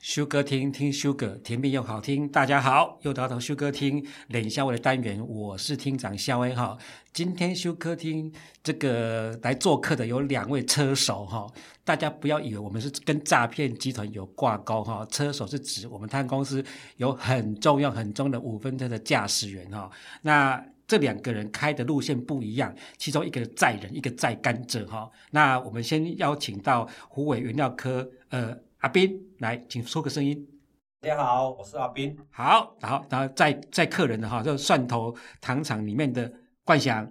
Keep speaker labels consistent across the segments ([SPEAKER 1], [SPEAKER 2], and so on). [SPEAKER 1] 修哥听听修哥，甜蜜又好听。大家好，又到到修哥听冷笑话的单元，我是厅长肖威哈。今天修哥听这个来做客的有两位车手哈，大家不要以为我们是跟诈骗集团有挂钩哈，车手是指我们探公司有很重要很重要的五分车的驾驶员哈。那这两个人开的路线不一样，其中一个载人，一个载甘蔗哈。那我们先邀请到虎尾原料科呃阿斌来，请说个声音。
[SPEAKER 2] 大家好，我是阿斌。
[SPEAKER 1] 好，然后然后载载客人的哈，就蒜头糖厂里面的冠祥。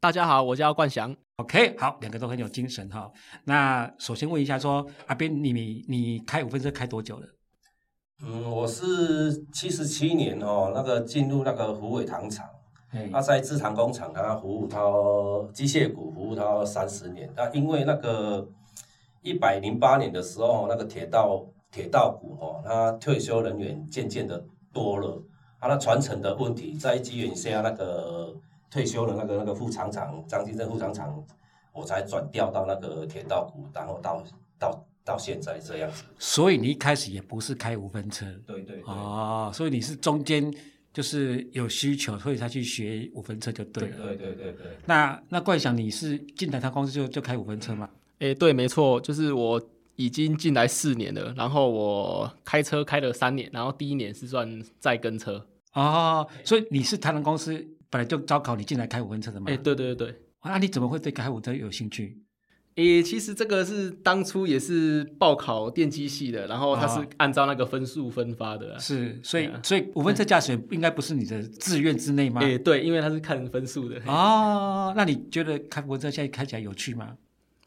[SPEAKER 3] 大家好，我叫冠翔。
[SPEAKER 1] OK，好，两个都很有精神哈。那首先问一下说，阿斌，你你你开五分车开多久了？
[SPEAKER 2] 嗯，我是七十七年哦，那个进入那个虎尾糖厂，
[SPEAKER 1] 哎
[SPEAKER 2] 那在制糖工厂啊服务到机械股服务到三十年。那因为那个一百零八年的时候，那个铁道铁道股哦，那退休人员渐渐的多了，啊，那传承的问题在机缘下，那个退休的那个那个副厂长张金正副厂长，我才转调到那个铁道股，然后到到到现在这样子。
[SPEAKER 1] 所以你一开始也不是开五分车
[SPEAKER 2] 对对对。
[SPEAKER 1] 哦，所以你是中间就是有需求，所以才去学五分车就对了。
[SPEAKER 2] 对对对对，
[SPEAKER 1] 那那冠翔，你是进来他公司就就开五分车吗？
[SPEAKER 3] 诶，对，没错，就是我已经进来四年了，然后我开车开了三年，然后第一年是算在跟车。
[SPEAKER 1] 哦，所以你是台南公司本来就招考你进来开五分车的吗？
[SPEAKER 3] 诶，对对对对。
[SPEAKER 1] 那、你怎么会对开五分车有兴趣？
[SPEAKER 3] 诶，其实这个是当初也是报考电机系的，然后它是
[SPEAKER 1] 啊
[SPEAKER 3] 按照那个分数分发的啊、
[SPEAKER 1] 是，所以、
[SPEAKER 3] 对啊嗯
[SPEAKER 1] 所以五分车驾驶员应该不是你的志愿之内吗？
[SPEAKER 3] 诶，对，因为它是看分数的，
[SPEAKER 1] 哦，那你觉得开五分车现在开起来有趣吗？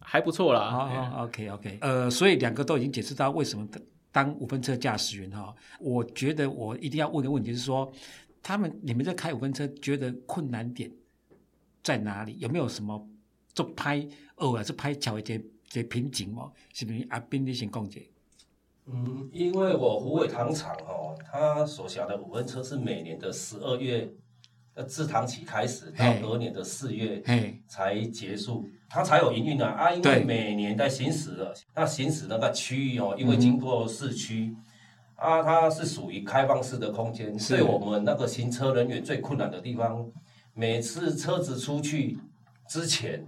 [SPEAKER 3] 还不错啦。
[SPEAKER 1] 哦哦，OK OK，呃，所以两个都已经解释到为什么当五分车驾驶员哈、我觉得我一定要问的问题是说，他们你们在开五分车觉得困难点在哪里？有没有什么做拍偶尔是拍巧一些些瓶颈哦？是不是阿斌你先讲解？
[SPEAKER 2] 嗯，因为我虎尾糖厂哦，它所辖的五分车是每年的十二月呃制糖期开始，到
[SPEAKER 1] 嘿
[SPEAKER 2] 隔年的四月
[SPEAKER 1] 嘿，
[SPEAKER 2] 才结束，它才有营运啊啊，因
[SPEAKER 1] 对
[SPEAKER 2] 为每年在行驶的，那行驶那个区域哦，
[SPEAKER 1] 嗯
[SPEAKER 2] 因为经过市区。啊，它是属于开放式的空间，
[SPEAKER 1] 是
[SPEAKER 2] 对我们那个行车人员最困难的地方，每次车子出去之前，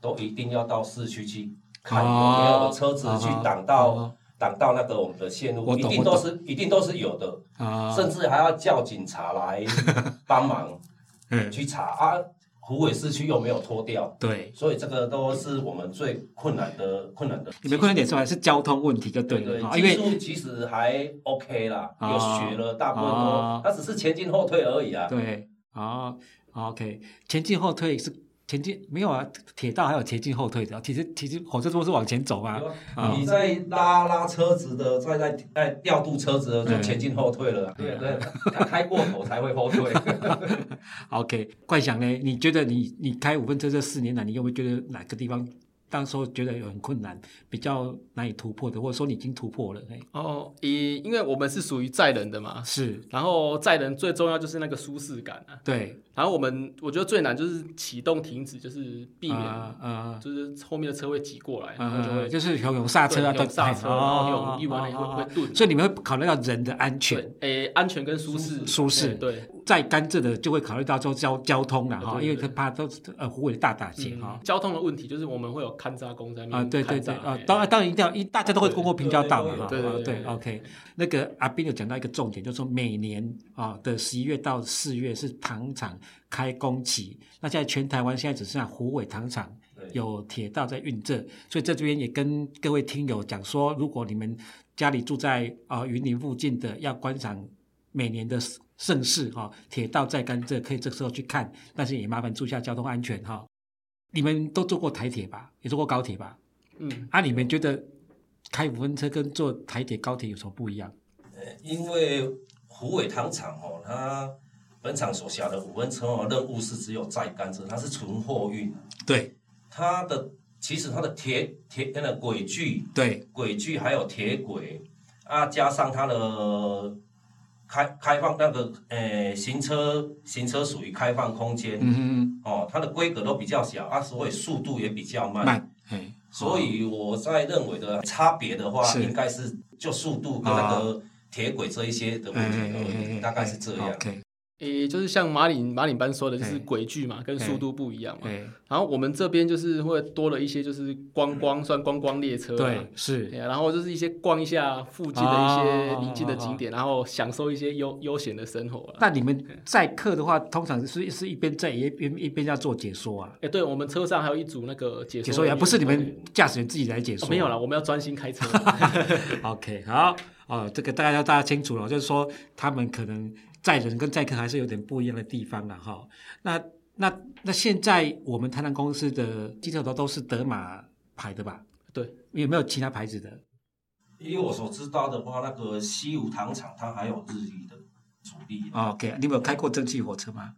[SPEAKER 2] 都一定要到市区去看有
[SPEAKER 1] 啊
[SPEAKER 2] 没有车子去挡到、
[SPEAKER 1] 哦
[SPEAKER 2] 挡到那个我们的线路，
[SPEAKER 1] 我
[SPEAKER 2] 一
[SPEAKER 1] 懂
[SPEAKER 2] 定
[SPEAKER 1] 我
[SPEAKER 2] 都
[SPEAKER 1] 懂
[SPEAKER 2] 是一定都是有的，
[SPEAKER 1] 啊，
[SPEAKER 2] 甚至还要叫警察来 帮忙
[SPEAKER 1] 嗯，
[SPEAKER 2] 去查啊，湖尾市区有没有脱掉？
[SPEAKER 1] 对，
[SPEAKER 2] 所以这个都是我们最困难的困难的。
[SPEAKER 1] 你们困难点是吧？是交通问题就对
[SPEAKER 2] 对
[SPEAKER 1] 了
[SPEAKER 2] 对
[SPEAKER 1] 哈，，因
[SPEAKER 2] 技
[SPEAKER 1] 为
[SPEAKER 2] 术其实还 OK 啦，
[SPEAKER 1] 啊
[SPEAKER 2] 有学了，大部分
[SPEAKER 1] 啊
[SPEAKER 2] 都，它只是前进后退而已啊。
[SPEAKER 1] 对，哦，OK，前进后退是前进没有啊？铁道还有前进后退的，其实其实火车都是往前走嘛。啊
[SPEAKER 2] 你在拉拉车子的，在在在调度车子的，就
[SPEAKER 1] 嗯
[SPEAKER 2] 前进后退了啊。
[SPEAKER 1] 对
[SPEAKER 2] 对
[SPEAKER 1] 啊
[SPEAKER 2] 对，它开过头才会 后退。
[SPEAKER 1] OK，冠翔呢？你觉得你你开五分车这四年来，你有没有觉得哪个地方当时候觉得有很困难，比较难以突破的，或者说你已经突破了？哎嘿
[SPEAKER 3] 哦，诶，因为我们是属于载人的嘛，
[SPEAKER 1] 是，
[SPEAKER 3] 然后载人最重要就是那个舒适感啊。
[SPEAKER 1] 对，
[SPEAKER 3] 然后我们我觉得最难就是启动停止，就是避免
[SPEAKER 1] 啊啊
[SPEAKER 3] 就是后面的车会挤过来，然后就
[SPEAKER 1] 啊，
[SPEAKER 3] 会
[SPEAKER 1] 就是有有刹车啊，
[SPEAKER 3] 对有刹
[SPEAKER 1] 嘿
[SPEAKER 3] 车，然后
[SPEAKER 1] 哦
[SPEAKER 3] 有意外
[SPEAKER 1] 哦哦
[SPEAKER 3] 会
[SPEAKER 1] 哦
[SPEAKER 3] 会顿，
[SPEAKER 1] 所以你们会考虑到人的安全。
[SPEAKER 3] 对，诶，安全跟舒适，
[SPEAKER 1] 舒适
[SPEAKER 3] 哎对，
[SPEAKER 1] 在甘蔗的就会考虑到说交交通了哈，
[SPEAKER 3] 对对
[SPEAKER 1] 因为他怕都是呃湖尾的大打劫哈
[SPEAKER 3] 嗯，交通的问题就是我们会有勘察工在那
[SPEAKER 1] 啊
[SPEAKER 3] 边
[SPEAKER 1] 对对对
[SPEAKER 3] 勘察
[SPEAKER 1] 啊
[SPEAKER 3] 哎，
[SPEAKER 1] 当然当然一定要一大家都会通过平交道嘛哈，
[SPEAKER 3] 对对
[SPEAKER 1] 啊
[SPEAKER 3] 对对
[SPEAKER 1] 对
[SPEAKER 3] 对
[SPEAKER 1] OK，那个阿斌有讲到一个重点，就是说每年啊的十一月到四月是糖厂开工期，那现在全台湾现在只剩下湖尾糖厂
[SPEAKER 2] 对
[SPEAKER 1] 有铁道在运这，所以在这边也跟各位听友讲说，如果你们家里住在啊、呃云林附近的，要观赏每年的盛事哈、铁道在甘蔗可以这时候去看，但是也麻烦注意一下交通安全哈、你们都坐过台铁吧？也坐过高铁吧？
[SPEAKER 3] 嗯，
[SPEAKER 1] 啊，你们觉得开五分车跟坐台铁、高铁有什么不一样？
[SPEAKER 2] 因为虎尾糖厂哦，它本厂所辖的五分车哦，任务是只有载甘蔗，它是纯货运，
[SPEAKER 1] 对
[SPEAKER 2] 它的其实它的铁铁那个轨距、
[SPEAKER 1] 对
[SPEAKER 2] 轨距还有铁轨啊，加上它的开开放那个呃行车行车属于开放空间、
[SPEAKER 1] 嗯
[SPEAKER 2] 哦，它的规格都比较小啊，所以速度也比较慢，
[SPEAKER 1] 慢，哎，
[SPEAKER 2] 所以我在认为的差别的话，
[SPEAKER 1] 是啊
[SPEAKER 2] 应该是就速度跟那个铁轨这一些的问题
[SPEAKER 1] 嗯
[SPEAKER 2] 而嗯已，大概是这样。
[SPEAKER 1] OK，
[SPEAKER 3] 诶、就是像马里马里班说的，就是
[SPEAKER 1] 嘿
[SPEAKER 3] 轨距嘛，
[SPEAKER 1] 哎
[SPEAKER 3] 跟速度不一样嘛。
[SPEAKER 1] 对
[SPEAKER 3] 然后我们这边就是会多了一些，就是观光算观光列车、啊，
[SPEAKER 1] 对是
[SPEAKER 3] 对啊，然后就是一些逛一下附近的一些
[SPEAKER 1] 哦
[SPEAKER 3] 临近的景点，然后享受一些悠悠闲的生活啊了。
[SPEAKER 1] 那你们载客的话，通常是是一边载一边一边要做解说啊，
[SPEAKER 3] 哎，对我们车上还有一组那个解说
[SPEAKER 1] 解说员不是你
[SPEAKER 3] 员
[SPEAKER 1] 们驾驶员自己来解
[SPEAKER 3] 哦
[SPEAKER 1] 说，啊
[SPEAKER 3] 没有了，我们要专心 开车。
[SPEAKER 1] OK，好，哦，这个大概要大家清楚了，就是说他们可能载人跟载客还是有点不一样的地方了哈。那那那现在我们台南公司的机车头都是德马牌的吧？
[SPEAKER 3] 对，
[SPEAKER 1] 有没有其他牌子的？
[SPEAKER 2] 因为我所知道的话，那个西武糖厂它还有日立的主力。
[SPEAKER 1] 哦 OK，你有没有开过蒸汽火车吗？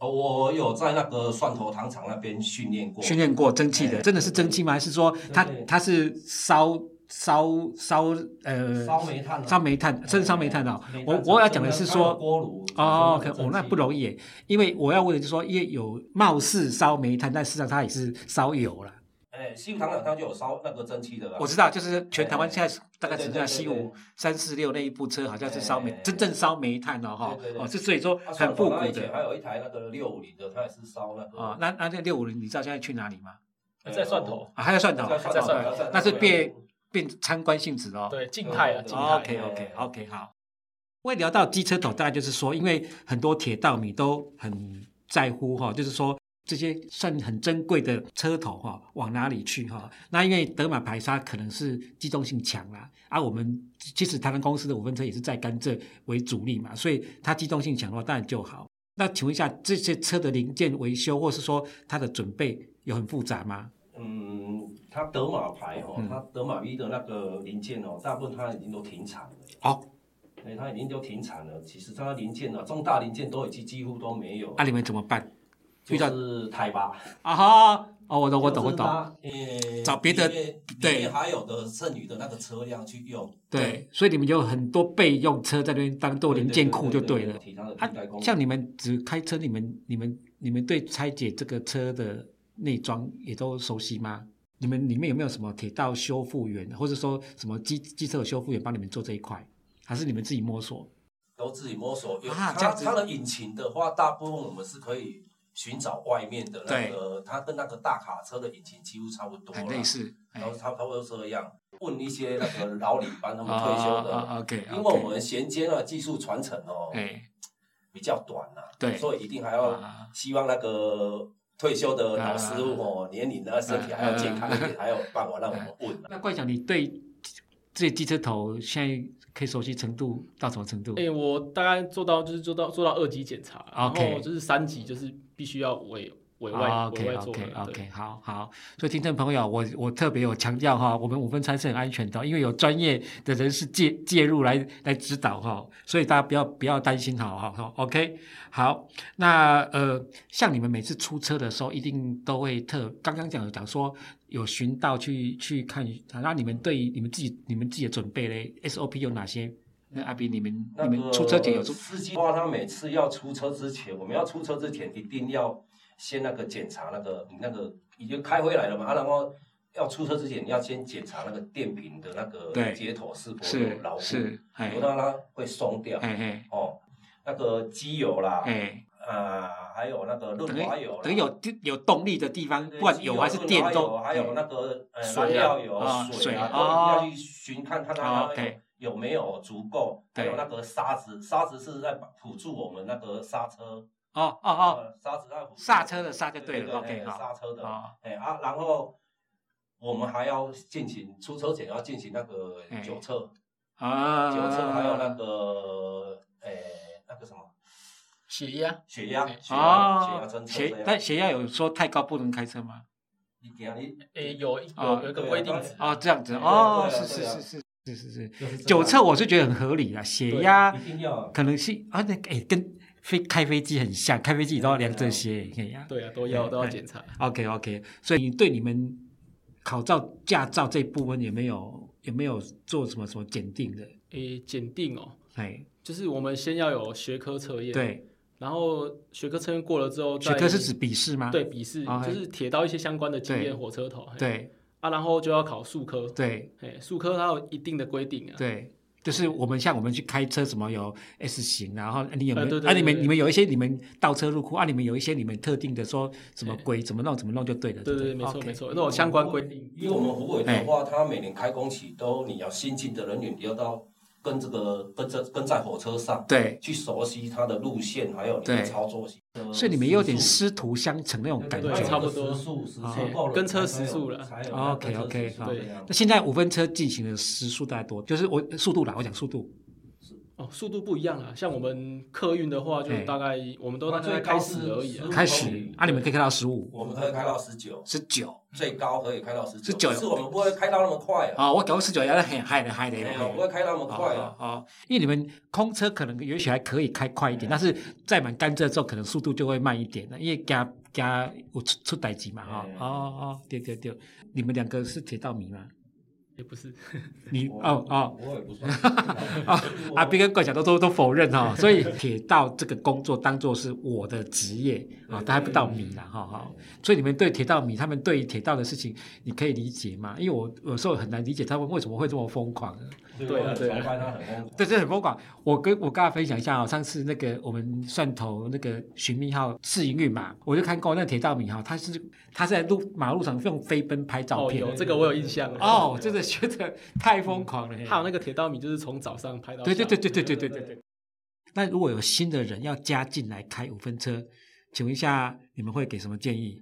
[SPEAKER 2] 哦，我有在那个蒜头糖厂那边训练过，
[SPEAKER 1] 训练过蒸汽的，
[SPEAKER 2] 哎
[SPEAKER 1] 真的是蒸汽吗？还是说它
[SPEAKER 2] 对
[SPEAKER 1] 它是烧烧烧呃
[SPEAKER 2] 烧煤炭、啊，哎
[SPEAKER 1] 烧煤炭，甚至烧煤炭哦
[SPEAKER 2] 煤。
[SPEAKER 1] 我
[SPEAKER 2] 厂
[SPEAKER 1] 我要讲的是
[SPEAKER 2] 它有
[SPEAKER 1] 说，
[SPEAKER 2] 锅炉
[SPEAKER 1] 哦，
[SPEAKER 2] 可
[SPEAKER 1] 可哦，那不容易耶，因为我要问的就是说，因为有貌似烧煤炭，但事实上它也是烧油啦。
[SPEAKER 2] 哎，西武糖厂它就有烧那个蒸汽的啦。
[SPEAKER 1] 我知道，就是全台湾现在大概只剩
[SPEAKER 2] 对对
[SPEAKER 1] 下
[SPEAKER 2] 对
[SPEAKER 1] 西
[SPEAKER 2] 对
[SPEAKER 1] 武三四六那一部车，好像是烧煤
[SPEAKER 2] 哎，
[SPEAKER 1] 真正烧煤炭哦，哈
[SPEAKER 2] 对对，对
[SPEAKER 1] 哦，是所以说
[SPEAKER 2] 啊
[SPEAKER 1] 很复
[SPEAKER 2] 蒜头那
[SPEAKER 1] 古
[SPEAKER 2] 以前
[SPEAKER 1] 的
[SPEAKER 2] 还有一台那个六五零的，它也是烧那个
[SPEAKER 1] 哦。那那那六五零，你知道现在去哪里吗？
[SPEAKER 2] 哎
[SPEAKER 3] 在蒜头
[SPEAKER 1] 啊，还要算的哦，
[SPEAKER 2] 在蒜
[SPEAKER 3] 在
[SPEAKER 2] 头，
[SPEAKER 3] 蒜头
[SPEAKER 2] 在蒜头
[SPEAKER 1] 那是变变参观性质的哦。
[SPEAKER 3] 对，静
[SPEAKER 2] 态
[SPEAKER 3] 态
[SPEAKER 2] 啊
[SPEAKER 3] 啊，
[SPEAKER 2] 静
[SPEAKER 3] 静
[SPEAKER 2] 态
[SPEAKER 3] 态。
[SPEAKER 1] OK OK OK 好。会聊到机车头，大概就是说，因为很多铁道迷都很在乎哈、就是说这些算很珍贵的车头哈、往哪里去哈、那因为德玛牌它可能是机动性强啦，啊，我们其实台湾公司的五分车也是在甘蔗为主力嘛，所以它机动性强的话，当然就好。那请问一下，这些车的零件维修，或是说它的准备有很复杂吗？
[SPEAKER 2] 嗯，它德玛牌哦
[SPEAKER 1] 嗯，
[SPEAKER 2] 它德玛 V 的那个零件哦，大部分它已经都停产了。
[SPEAKER 1] 好、
[SPEAKER 2] 哎，它已经都停产了。其实它零件啊，重大零件都已经几乎都没有，
[SPEAKER 1] 那、啊你们怎么办？
[SPEAKER 2] 就
[SPEAKER 1] 遇到
[SPEAKER 2] 是胎吧。
[SPEAKER 1] 啊哈，哦，我懂，我懂，我懂。
[SPEAKER 2] 呃，
[SPEAKER 1] 找别的
[SPEAKER 2] 里面
[SPEAKER 1] 对
[SPEAKER 2] 里面还有的剩余的那个车辆去用。
[SPEAKER 1] 对，所以你们有很多备用车在那边当做哦零件库就对了。
[SPEAKER 2] 其他的替
[SPEAKER 1] 啊
[SPEAKER 2] 代工，
[SPEAKER 1] 像你们只开车，你们你们你们对拆解这个车的内装也都熟悉吗？你们里面有没有什么铁道修复员，或者说什么机机车的修复员帮你们做这一块，还是你们自己摸索？
[SPEAKER 2] 都自己摸索。有
[SPEAKER 1] 啊
[SPEAKER 2] 它
[SPEAKER 1] 这样子
[SPEAKER 2] 它的引擎的话，大部分我们是可以寻找外面的那
[SPEAKER 1] 对
[SPEAKER 2] 个，它跟那个大卡车的引擎几乎差不多
[SPEAKER 1] 很
[SPEAKER 2] 了
[SPEAKER 1] 类，似，哎
[SPEAKER 2] 然后差不多这样。问一些那个老领班他们
[SPEAKER 1] 啊
[SPEAKER 2] 退休的，
[SPEAKER 1] 啊，OK，
[SPEAKER 2] 因为我们衔接了技术传承哦，
[SPEAKER 1] 哎，
[SPEAKER 2] 比较短呐、
[SPEAKER 1] 对
[SPEAKER 2] 所以一定还要
[SPEAKER 1] 啊
[SPEAKER 2] 希望那个退休的老师傅哦，年龄啊、身体还要健康一
[SPEAKER 1] 啊
[SPEAKER 2] 点，还有办法让我们问啊。
[SPEAKER 1] 那怪想你对这机车头现在可以熟悉程度到什么程度？
[SPEAKER 3] 哎、我大概做到就是做到做到二级检查，然
[SPEAKER 1] 啊 OK
[SPEAKER 3] 后就是三级就是必须要委委外、
[SPEAKER 1] 啊
[SPEAKER 3] 委
[SPEAKER 1] OK
[SPEAKER 3] 外做核
[SPEAKER 1] OK
[SPEAKER 3] 对
[SPEAKER 1] OK，好好。所以听众朋友，我我特别有强调哈，我们五分餐是很安全的，因为有专业的人士介介入来来指导哈，所以大家不要不要担心，好好好。OK，好。那呃，像你们每次出车的时候，一定都会特刚刚讲有讲说有巡道去去看，那你们对于你们自己你们自己的准备嘞，SOP 有哪些？那阿斌，你们、
[SPEAKER 2] 那
[SPEAKER 1] 你
[SPEAKER 2] 个
[SPEAKER 1] 们出车前有出
[SPEAKER 2] 司机的话，他每次要出车之前，我们要出车之前一定要先那个检查那个你那个已经开回来了嘛，啊，然后要出车之前你要先检查那个电瓶的那个
[SPEAKER 1] 对
[SPEAKER 2] 接头是否有
[SPEAKER 1] 是
[SPEAKER 2] 牢固，
[SPEAKER 1] 是哎
[SPEAKER 2] 有让它会松掉
[SPEAKER 1] 哎哎
[SPEAKER 2] 哦。那个机油啦，
[SPEAKER 1] 哎。
[SPEAKER 2] 啊，还有那个
[SPEAKER 1] 等
[SPEAKER 2] 润滑
[SPEAKER 1] 于
[SPEAKER 2] 油啦，
[SPEAKER 1] 等于有地有动力的地方，
[SPEAKER 2] 对
[SPEAKER 1] 不管油还是电
[SPEAKER 2] 机
[SPEAKER 1] 都嗯哎
[SPEAKER 2] 油还有那个呃
[SPEAKER 3] 水啊
[SPEAKER 2] 燃料油
[SPEAKER 1] 啊、
[SPEAKER 2] 水
[SPEAKER 1] 水
[SPEAKER 2] 啊，都
[SPEAKER 1] 哦
[SPEAKER 2] 一定要去寻看看
[SPEAKER 1] 啊
[SPEAKER 2] 它
[SPEAKER 1] ，OK
[SPEAKER 2] 有没有足够。还
[SPEAKER 1] 对
[SPEAKER 2] 有那个沙子，沙子是在辅助我们那个刹车
[SPEAKER 1] 哦哦哦，
[SPEAKER 2] 呃沙子在辅助
[SPEAKER 1] 刹车的刹就对了
[SPEAKER 2] 对
[SPEAKER 1] OK，
[SPEAKER 2] 哎
[SPEAKER 1] 好
[SPEAKER 2] 刹车的，
[SPEAKER 1] 哦
[SPEAKER 2] 哎啊，然后我们还要进行出车前要进行那个
[SPEAKER 1] 哎
[SPEAKER 2] 酒测，
[SPEAKER 1] 啊，
[SPEAKER 2] 酒测还有那个呃那个什么
[SPEAKER 3] 血压
[SPEAKER 2] 血压，
[SPEAKER 3] 哎
[SPEAKER 2] 血压血压
[SPEAKER 1] 啊，
[SPEAKER 2] 侦测
[SPEAKER 1] 血
[SPEAKER 2] 这样
[SPEAKER 1] 但。血压有说太高不能开车吗？
[SPEAKER 2] 你等一下你
[SPEAKER 3] 哎、有一
[SPEAKER 1] 啊
[SPEAKER 3] 有有一个规定值，
[SPEAKER 1] 啊，这样子
[SPEAKER 2] 对啊
[SPEAKER 1] 哦，
[SPEAKER 2] 对啊
[SPEAKER 1] 是是
[SPEAKER 2] 对啊
[SPEAKER 1] 是是是是是，
[SPEAKER 2] 就是这样
[SPEAKER 1] 酒测我是觉得很合理啦，啊血压
[SPEAKER 2] 一定要啊
[SPEAKER 1] 可能是啊，那哎跟飞开飞机很像，开飞机都要量这些，可以啊。
[SPEAKER 3] 对啊，都要
[SPEAKER 1] 哎
[SPEAKER 3] 都要
[SPEAKER 1] 哎
[SPEAKER 3] 检查。
[SPEAKER 1] OK OK，所以你对你们考照驾照这部分有没有有没有做什么什么检定的？
[SPEAKER 3] 哎、检定哦，
[SPEAKER 1] 哎，
[SPEAKER 3] 就是我们先要有学科测验，，
[SPEAKER 1] 对。
[SPEAKER 3] 然后学科测验过了之后再，
[SPEAKER 1] 学科是指笔试吗？
[SPEAKER 3] 对笔试，
[SPEAKER 1] OK
[SPEAKER 3] 就是铁到一些相关的经
[SPEAKER 1] 对
[SPEAKER 3] 验火车头，嘿
[SPEAKER 1] 对
[SPEAKER 3] 啊，然后就要考数科，
[SPEAKER 1] 对
[SPEAKER 3] 哎，数科它有一定的规定啊，
[SPEAKER 1] 对，就是我们像我们去开车什么有 S 型，然后啊你有没有、
[SPEAKER 3] 呃对对
[SPEAKER 1] 啊？你们
[SPEAKER 3] 对对
[SPEAKER 1] 你们有一些你们倒车入库啊，你们有一些你们特定的说什么规怎么弄怎么弄就对了。
[SPEAKER 3] 对对对，
[SPEAKER 1] 不
[SPEAKER 3] 没错
[SPEAKER 1] OK
[SPEAKER 3] 没错，那种相关规定，
[SPEAKER 2] 因为我们湖北的话，它每年开工期都你要新进的人员，你要到跟这个跟这跟在火车上
[SPEAKER 1] 对，
[SPEAKER 2] 去熟悉它的路线，还有你
[SPEAKER 1] 对
[SPEAKER 2] 的操作系。
[SPEAKER 1] 所以你们有点师徒相承那种感觉。
[SPEAKER 3] 对对对差不多
[SPEAKER 2] 时速时
[SPEAKER 1] 哦
[SPEAKER 2] 速够了，
[SPEAKER 3] 跟车时速了
[SPEAKER 2] 才有才有
[SPEAKER 1] OK，OK，
[SPEAKER 2] 才
[SPEAKER 1] 好
[SPEAKER 2] 有这啊样
[SPEAKER 1] 那现在五分车进行的时速大概多？就是我速度啦，我讲速度。
[SPEAKER 3] 哦，速度不一样啦，像我们客运的话，就
[SPEAKER 1] 哎
[SPEAKER 3] 大概我们都大概
[SPEAKER 2] 最
[SPEAKER 3] 开
[SPEAKER 2] 高
[SPEAKER 3] 始
[SPEAKER 2] 是
[SPEAKER 3] 而已啊
[SPEAKER 2] 15，
[SPEAKER 1] 开始啊，你们可以开到十五、
[SPEAKER 2] 我们可以开到十九，
[SPEAKER 1] 十九
[SPEAKER 2] 最高可以开到十
[SPEAKER 1] 19
[SPEAKER 2] 可是我们不会开到那么快啊，
[SPEAKER 1] 啊，我搞十九要很嗨的嗨的。
[SPEAKER 3] 哎
[SPEAKER 2] 没有不会开到那么快啊。
[SPEAKER 1] 哦哦哦，因为你们空车可能也许还可以开快
[SPEAKER 2] 嗯
[SPEAKER 1] 一点，但是载满甘蔗之后，可能速度就会慢一点了，因为加加有出出代机嘛，哈、
[SPEAKER 2] 嗯
[SPEAKER 1] 哦哦，对对对，你们两个是铁道迷吗？
[SPEAKER 3] 也不是，
[SPEAKER 1] 你哦哦。
[SPEAKER 2] 我也不算
[SPEAKER 1] 啊阿斌跟冠强都都都否认哈、 哦，所以铁道这个工作当做是我的职业
[SPEAKER 2] 嗯
[SPEAKER 1] 啊，但还不到迷啦哈哈、哦所以你们对铁道迷，他们对于铁道的事情，你可以理解吗？因为我有时候很难理解他们为什么会这么疯狂。
[SPEAKER 3] 对啊对啊
[SPEAKER 2] 崇拜他很疯狂
[SPEAKER 1] 对，这很疯狂。我跟我跟大家分享一下哦，上次那个我们蒜头那个寻觅号试营运嘛，我就看过那个铁道迷哈、他是他是在路马路上用飞奔拍照
[SPEAKER 3] 哦，
[SPEAKER 1] 片
[SPEAKER 3] 有这个我有印象
[SPEAKER 1] 哦，我真的觉得太疯狂了。嘿
[SPEAKER 3] 还有那个铁道迷，就是从早上拍到
[SPEAKER 1] 对对对
[SPEAKER 3] 下午
[SPEAKER 1] 对对对对对对。那如果有新的人要加进来开五分车，请问一下你们会给什么建议？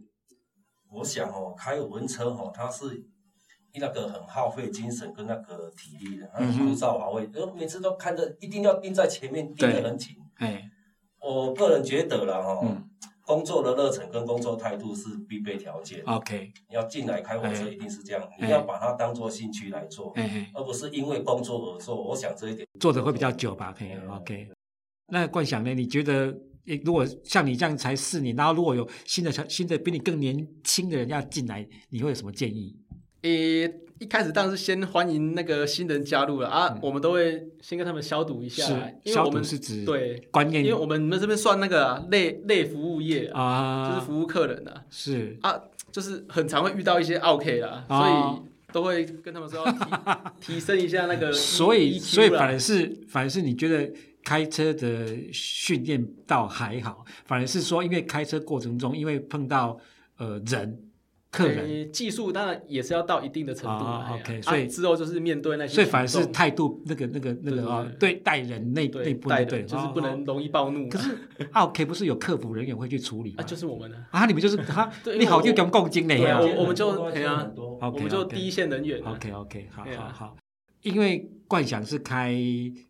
[SPEAKER 2] 我想哦，开五轮车哦，它是那个很耗费精神跟那个体力的，很
[SPEAKER 1] 嗯哼
[SPEAKER 2] 枯燥乏味。呃，每次都看着一定要盯在前面盯
[SPEAKER 1] 对
[SPEAKER 2] 着人群。
[SPEAKER 1] 哎，
[SPEAKER 2] 我个人觉得啦哦，
[SPEAKER 1] 嗯
[SPEAKER 2] 工作的热忱跟工作态度是必备条件。
[SPEAKER 1] ，OK，
[SPEAKER 2] 你要进来开火车
[SPEAKER 1] 啊哎
[SPEAKER 2] 一定是这样，
[SPEAKER 1] 哎
[SPEAKER 2] 你要把它当做兴趣来做，
[SPEAKER 1] 哎哎，
[SPEAKER 2] 而不是因为工作而做。我想这一点，
[SPEAKER 1] 坐的会比较久吧？可以，OK。那冠想呢？你觉得，诶如果像你这样才四年，然后如果有新的小新的比你更年轻的人要进来，你会有什么建议？
[SPEAKER 3] 诶、一开始当然是先欢迎那个新人加入了啊，
[SPEAKER 1] 嗯
[SPEAKER 3] 我们都会先跟他们消毒一下啦，因为
[SPEAKER 1] 消
[SPEAKER 3] 我
[SPEAKER 1] 毒
[SPEAKER 3] 们
[SPEAKER 1] 是指嗯
[SPEAKER 3] 对，
[SPEAKER 1] 观念
[SPEAKER 3] 因为我们这边算那个啊类类服务业啊，
[SPEAKER 1] 啊，
[SPEAKER 3] 就是服务客人啊，
[SPEAKER 1] 是
[SPEAKER 3] 啊，就是很常会遇到一些 OK 啦，
[SPEAKER 1] 哦
[SPEAKER 3] 所以都会跟他 们说要提提升一下那个 EQ 啦，
[SPEAKER 1] 所以所以反而是反而是你觉得开车的训练倒还好，反而是说因为开车过程中因为碰到呃人客人，
[SPEAKER 3] 诶哎技术当然也是要到一定的程度
[SPEAKER 1] 哦
[SPEAKER 3] 来啊、
[SPEAKER 1] ，OK，
[SPEAKER 3] 啊
[SPEAKER 1] 所以
[SPEAKER 3] 之后就是面对那些
[SPEAKER 1] 所以反而是
[SPEAKER 3] 群众
[SPEAKER 1] 态度那个那个那个啊，对待人内内
[SPEAKER 3] 对
[SPEAKER 1] 部
[SPEAKER 3] 带
[SPEAKER 1] 的
[SPEAKER 3] 的
[SPEAKER 1] 对，
[SPEAKER 3] 就是不
[SPEAKER 1] 哦
[SPEAKER 3] 能容易暴怒啊、
[SPEAKER 1] 可是 OK 不是有客服人员会去处理吗
[SPEAKER 3] 啊，就是我们啊，
[SPEAKER 1] 啊，你们就是哈
[SPEAKER 3] 对，因为
[SPEAKER 1] 你好
[SPEAKER 3] 我
[SPEAKER 1] 就跟共金嘞
[SPEAKER 3] 对啊
[SPEAKER 1] 呀
[SPEAKER 3] 我我们就哎
[SPEAKER 2] 对
[SPEAKER 3] 呀
[SPEAKER 2] 啊，很多
[SPEAKER 3] 我们就
[SPEAKER 1] OK，OK
[SPEAKER 3] 第一线人员、啊。
[SPEAKER 1] OK OK，好
[SPEAKER 3] 对
[SPEAKER 1] 好
[SPEAKER 3] 啊
[SPEAKER 1] 好，因为冠翔是开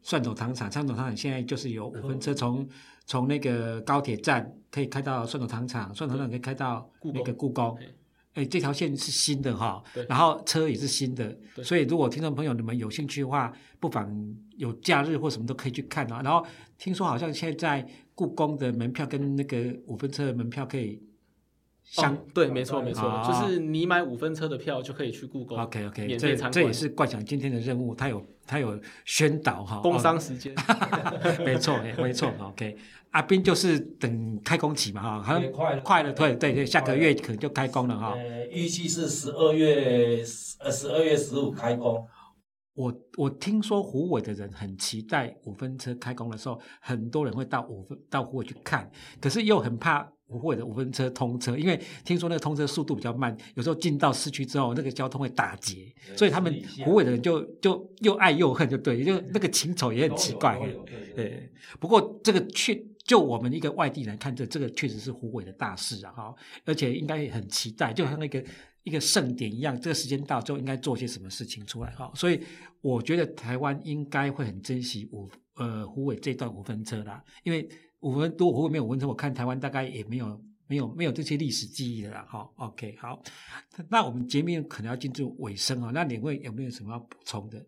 [SPEAKER 1] 蒜头糖厂，蒜头糖厂现在就是有五
[SPEAKER 3] 哦
[SPEAKER 1] 分车从从那个高铁站可以开到蒜头糖厂，蒜头糖可以开到
[SPEAKER 3] 故
[SPEAKER 1] 那个故宫。
[SPEAKER 3] 嘿
[SPEAKER 1] 哎，这条线是新的哈
[SPEAKER 3] 对，
[SPEAKER 1] 然后车也是新的，
[SPEAKER 3] 对
[SPEAKER 1] 所以如果听众朋友你们有兴趣的话，不妨有假日或什么都可以去看啊。然后听说好像现在故宫的门票跟那个五分车的门票可以相、
[SPEAKER 3] 哦、对，没错没错，
[SPEAKER 1] 啊
[SPEAKER 3] 就是你买五分车的票就可以去故宫
[SPEAKER 1] OK OK，
[SPEAKER 3] 免
[SPEAKER 1] 这
[SPEAKER 3] 费参观，
[SPEAKER 1] 这也是冠翔今天的任务，他有他有宣导哈，
[SPEAKER 3] 工商时 间。
[SPEAKER 1] 哦，没错哎没 错 OK，阿斌就是等开工期嘛哈，好像
[SPEAKER 2] 也快了
[SPEAKER 1] 快了，对对对，下个
[SPEAKER 2] 快了
[SPEAKER 1] 月可能就开工了哈。
[SPEAKER 2] 呃，预计是十二月呃十二月十五开工，
[SPEAKER 1] 我我听说虎尾的人很期待五分车开工的时候，很多人会到五分到虎尾去看，可是又很怕虎尾的五分车通车，因为听说那个通车速度比较慢，有时候进到市区之后，那个交通会打结，所以他们虎尾的人就就又爱又恨，就对，就那个情仇也很奇怪。
[SPEAKER 2] 都有。都有对对对
[SPEAKER 1] 对，不过这个确就我们一个外地来看，这这个确实是湖北的大事啊哈，而且应该也很期待，就像那个一个盛典一样，这个时间到之后应该做些什么事情出来哈，所以我觉得台湾应该会很珍惜五呃湖北这段五分车啦，因为五分多湖北没有五分车，我看台湾大概也没有。没有没有这些历史记忆的啦，哈、o k 好，那我们节目可能要进入尾声啊、哦，那两位有没有什么要补充的？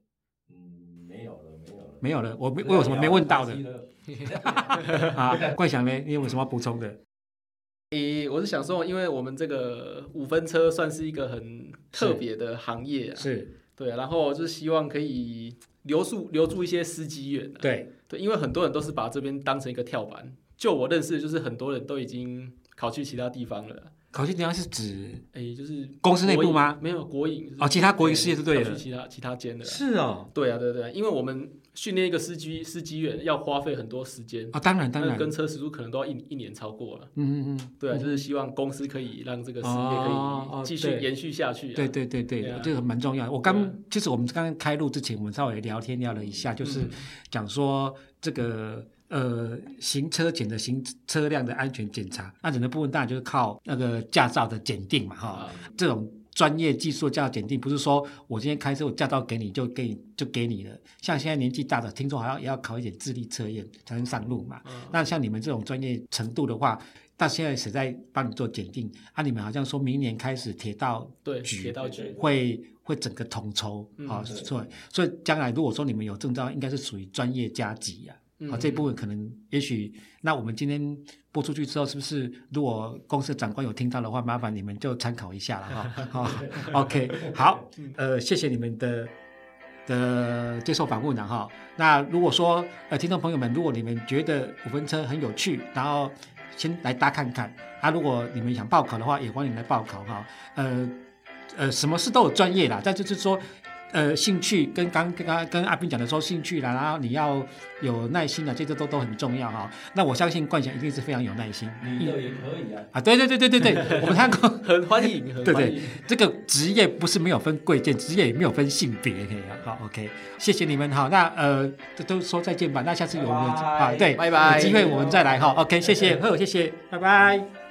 [SPEAKER 2] 嗯，没有了，没有了。
[SPEAKER 1] 没有了，我没我有什么没问到的？啊，冠翔呢？你有没有什么要补充的？
[SPEAKER 3] 诶、我是想说，因为我们这个五分车算是一个很特别的行业啊，
[SPEAKER 1] 是
[SPEAKER 3] 对啊，然后就是希望可以留住留住一些司机员啊，
[SPEAKER 1] 对
[SPEAKER 3] 对，因为很多人都是把这边当成一个跳板，就我认识，就是很多人都已经考去其他地方了啊，
[SPEAKER 1] 考勤怎样是指？
[SPEAKER 3] 哎、就是
[SPEAKER 1] 公司内部吗
[SPEAKER 3] 国营没有国营就是
[SPEAKER 1] 哦其他国营事业就对了
[SPEAKER 3] 小区其他其他间的啦。
[SPEAKER 1] 是哦，
[SPEAKER 3] 对啊，对对啊，因为我们训练一个司机司机员要花费很多时间，
[SPEAKER 1] 啊，当然当
[SPEAKER 3] 那个
[SPEAKER 1] 然，
[SPEAKER 3] 跟车时速可能都要一一年超过了。
[SPEAKER 1] 嗯嗯嗯，
[SPEAKER 3] 对啊，就是希望公司可以让这个事
[SPEAKER 1] 哦
[SPEAKER 3] 业可
[SPEAKER 1] 哦
[SPEAKER 3] 以继续
[SPEAKER 1] 对
[SPEAKER 3] 延续下去、啊。
[SPEAKER 1] 对对对对，
[SPEAKER 3] 对啊
[SPEAKER 1] 这个蛮重要的。我
[SPEAKER 3] 对
[SPEAKER 1] 刚
[SPEAKER 3] 啊嗯
[SPEAKER 1] 其实我们刚刚开录之前，我们稍微聊天聊了一下，就是讲说这个呃行车检的行车辆的安全检查，安全的部分当然就是靠那个驾照的检定嘛，哈，
[SPEAKER 3] 啊，
[SPEAKER 1] 这种。专业技术的驾照检定不是说我今天开车我驾照给你就给你就给你了，像现在年纪大的听说好像也要考一点智力测验才能上路嘛。
[SPEAKER 3] 嗯
[SPEAKER 1] 那像你们这种专业程度的话，那现在谁在帮你做检定？啊，你们好像说明年开始铁道
[SPEAKER 3] 对，
[SPEAKER 1] 举
[SPEAKER 3] 铁道
[SPEAKER 2] 对
[SPEAKER 3] 局
[SPEAKER 2] 对
[SPEAKER 1] 会会整个统筹
[SPEAKER 3] 嗯
[SPEAKER 1] 啊，
[SPEAKER 2] 对
[SPEAKER 1] 所以所以将来如果说你们有证照，应该是属于专业加级呀、
[SPEAKER 3] 嗯
[SPEAKER 1] 啊。好、这一部分可能也许，那我们今天播出去之后，是不是如果公司长官有听到的话，麻烦你们就参考一下了哈。好、o k 好，呃，谢谢你们的的接受访问了哈。那如果说呃，听众朋友们，如果你们觉得五分车很有趣，然后先来搭看看啊。如果你们想报考的话，也欢迎来报考哈。呃呃，什么事都有专业啦，但就是说。呃，兴趣跟刚刚刚跟阿斌讲的说兴趣啦，然后你要有耐心啊，这些都都很重要哈、那我相信冠翔一定是非常有耐心
[SPEAKER 2] 你的也可以啊。
[SPEAKER 1] 啊，对对对对对 对，我们看过
[SPEAKER 3] 很欢迎，很
[SPEAKER 1] 对
[SPEAKER 3] 欢
[SPEAKER 1] 对
[SPEAKER 3] 迎。，
[SPEAKER 1] 这个职业不是没有分贵贱，职业也没有分性别。嘿好，OK，谢谢你们。好，那呃，都都说再见吧。那下次有我们
[SPEAKER 2] 拜拜
[SPEAKER 1] 啊，对，
[SPEAKER 3] 拜拜
[SPEAKER 1] 有机会我们再来哈。OK，谢谢，贺，谢谢，拜拜。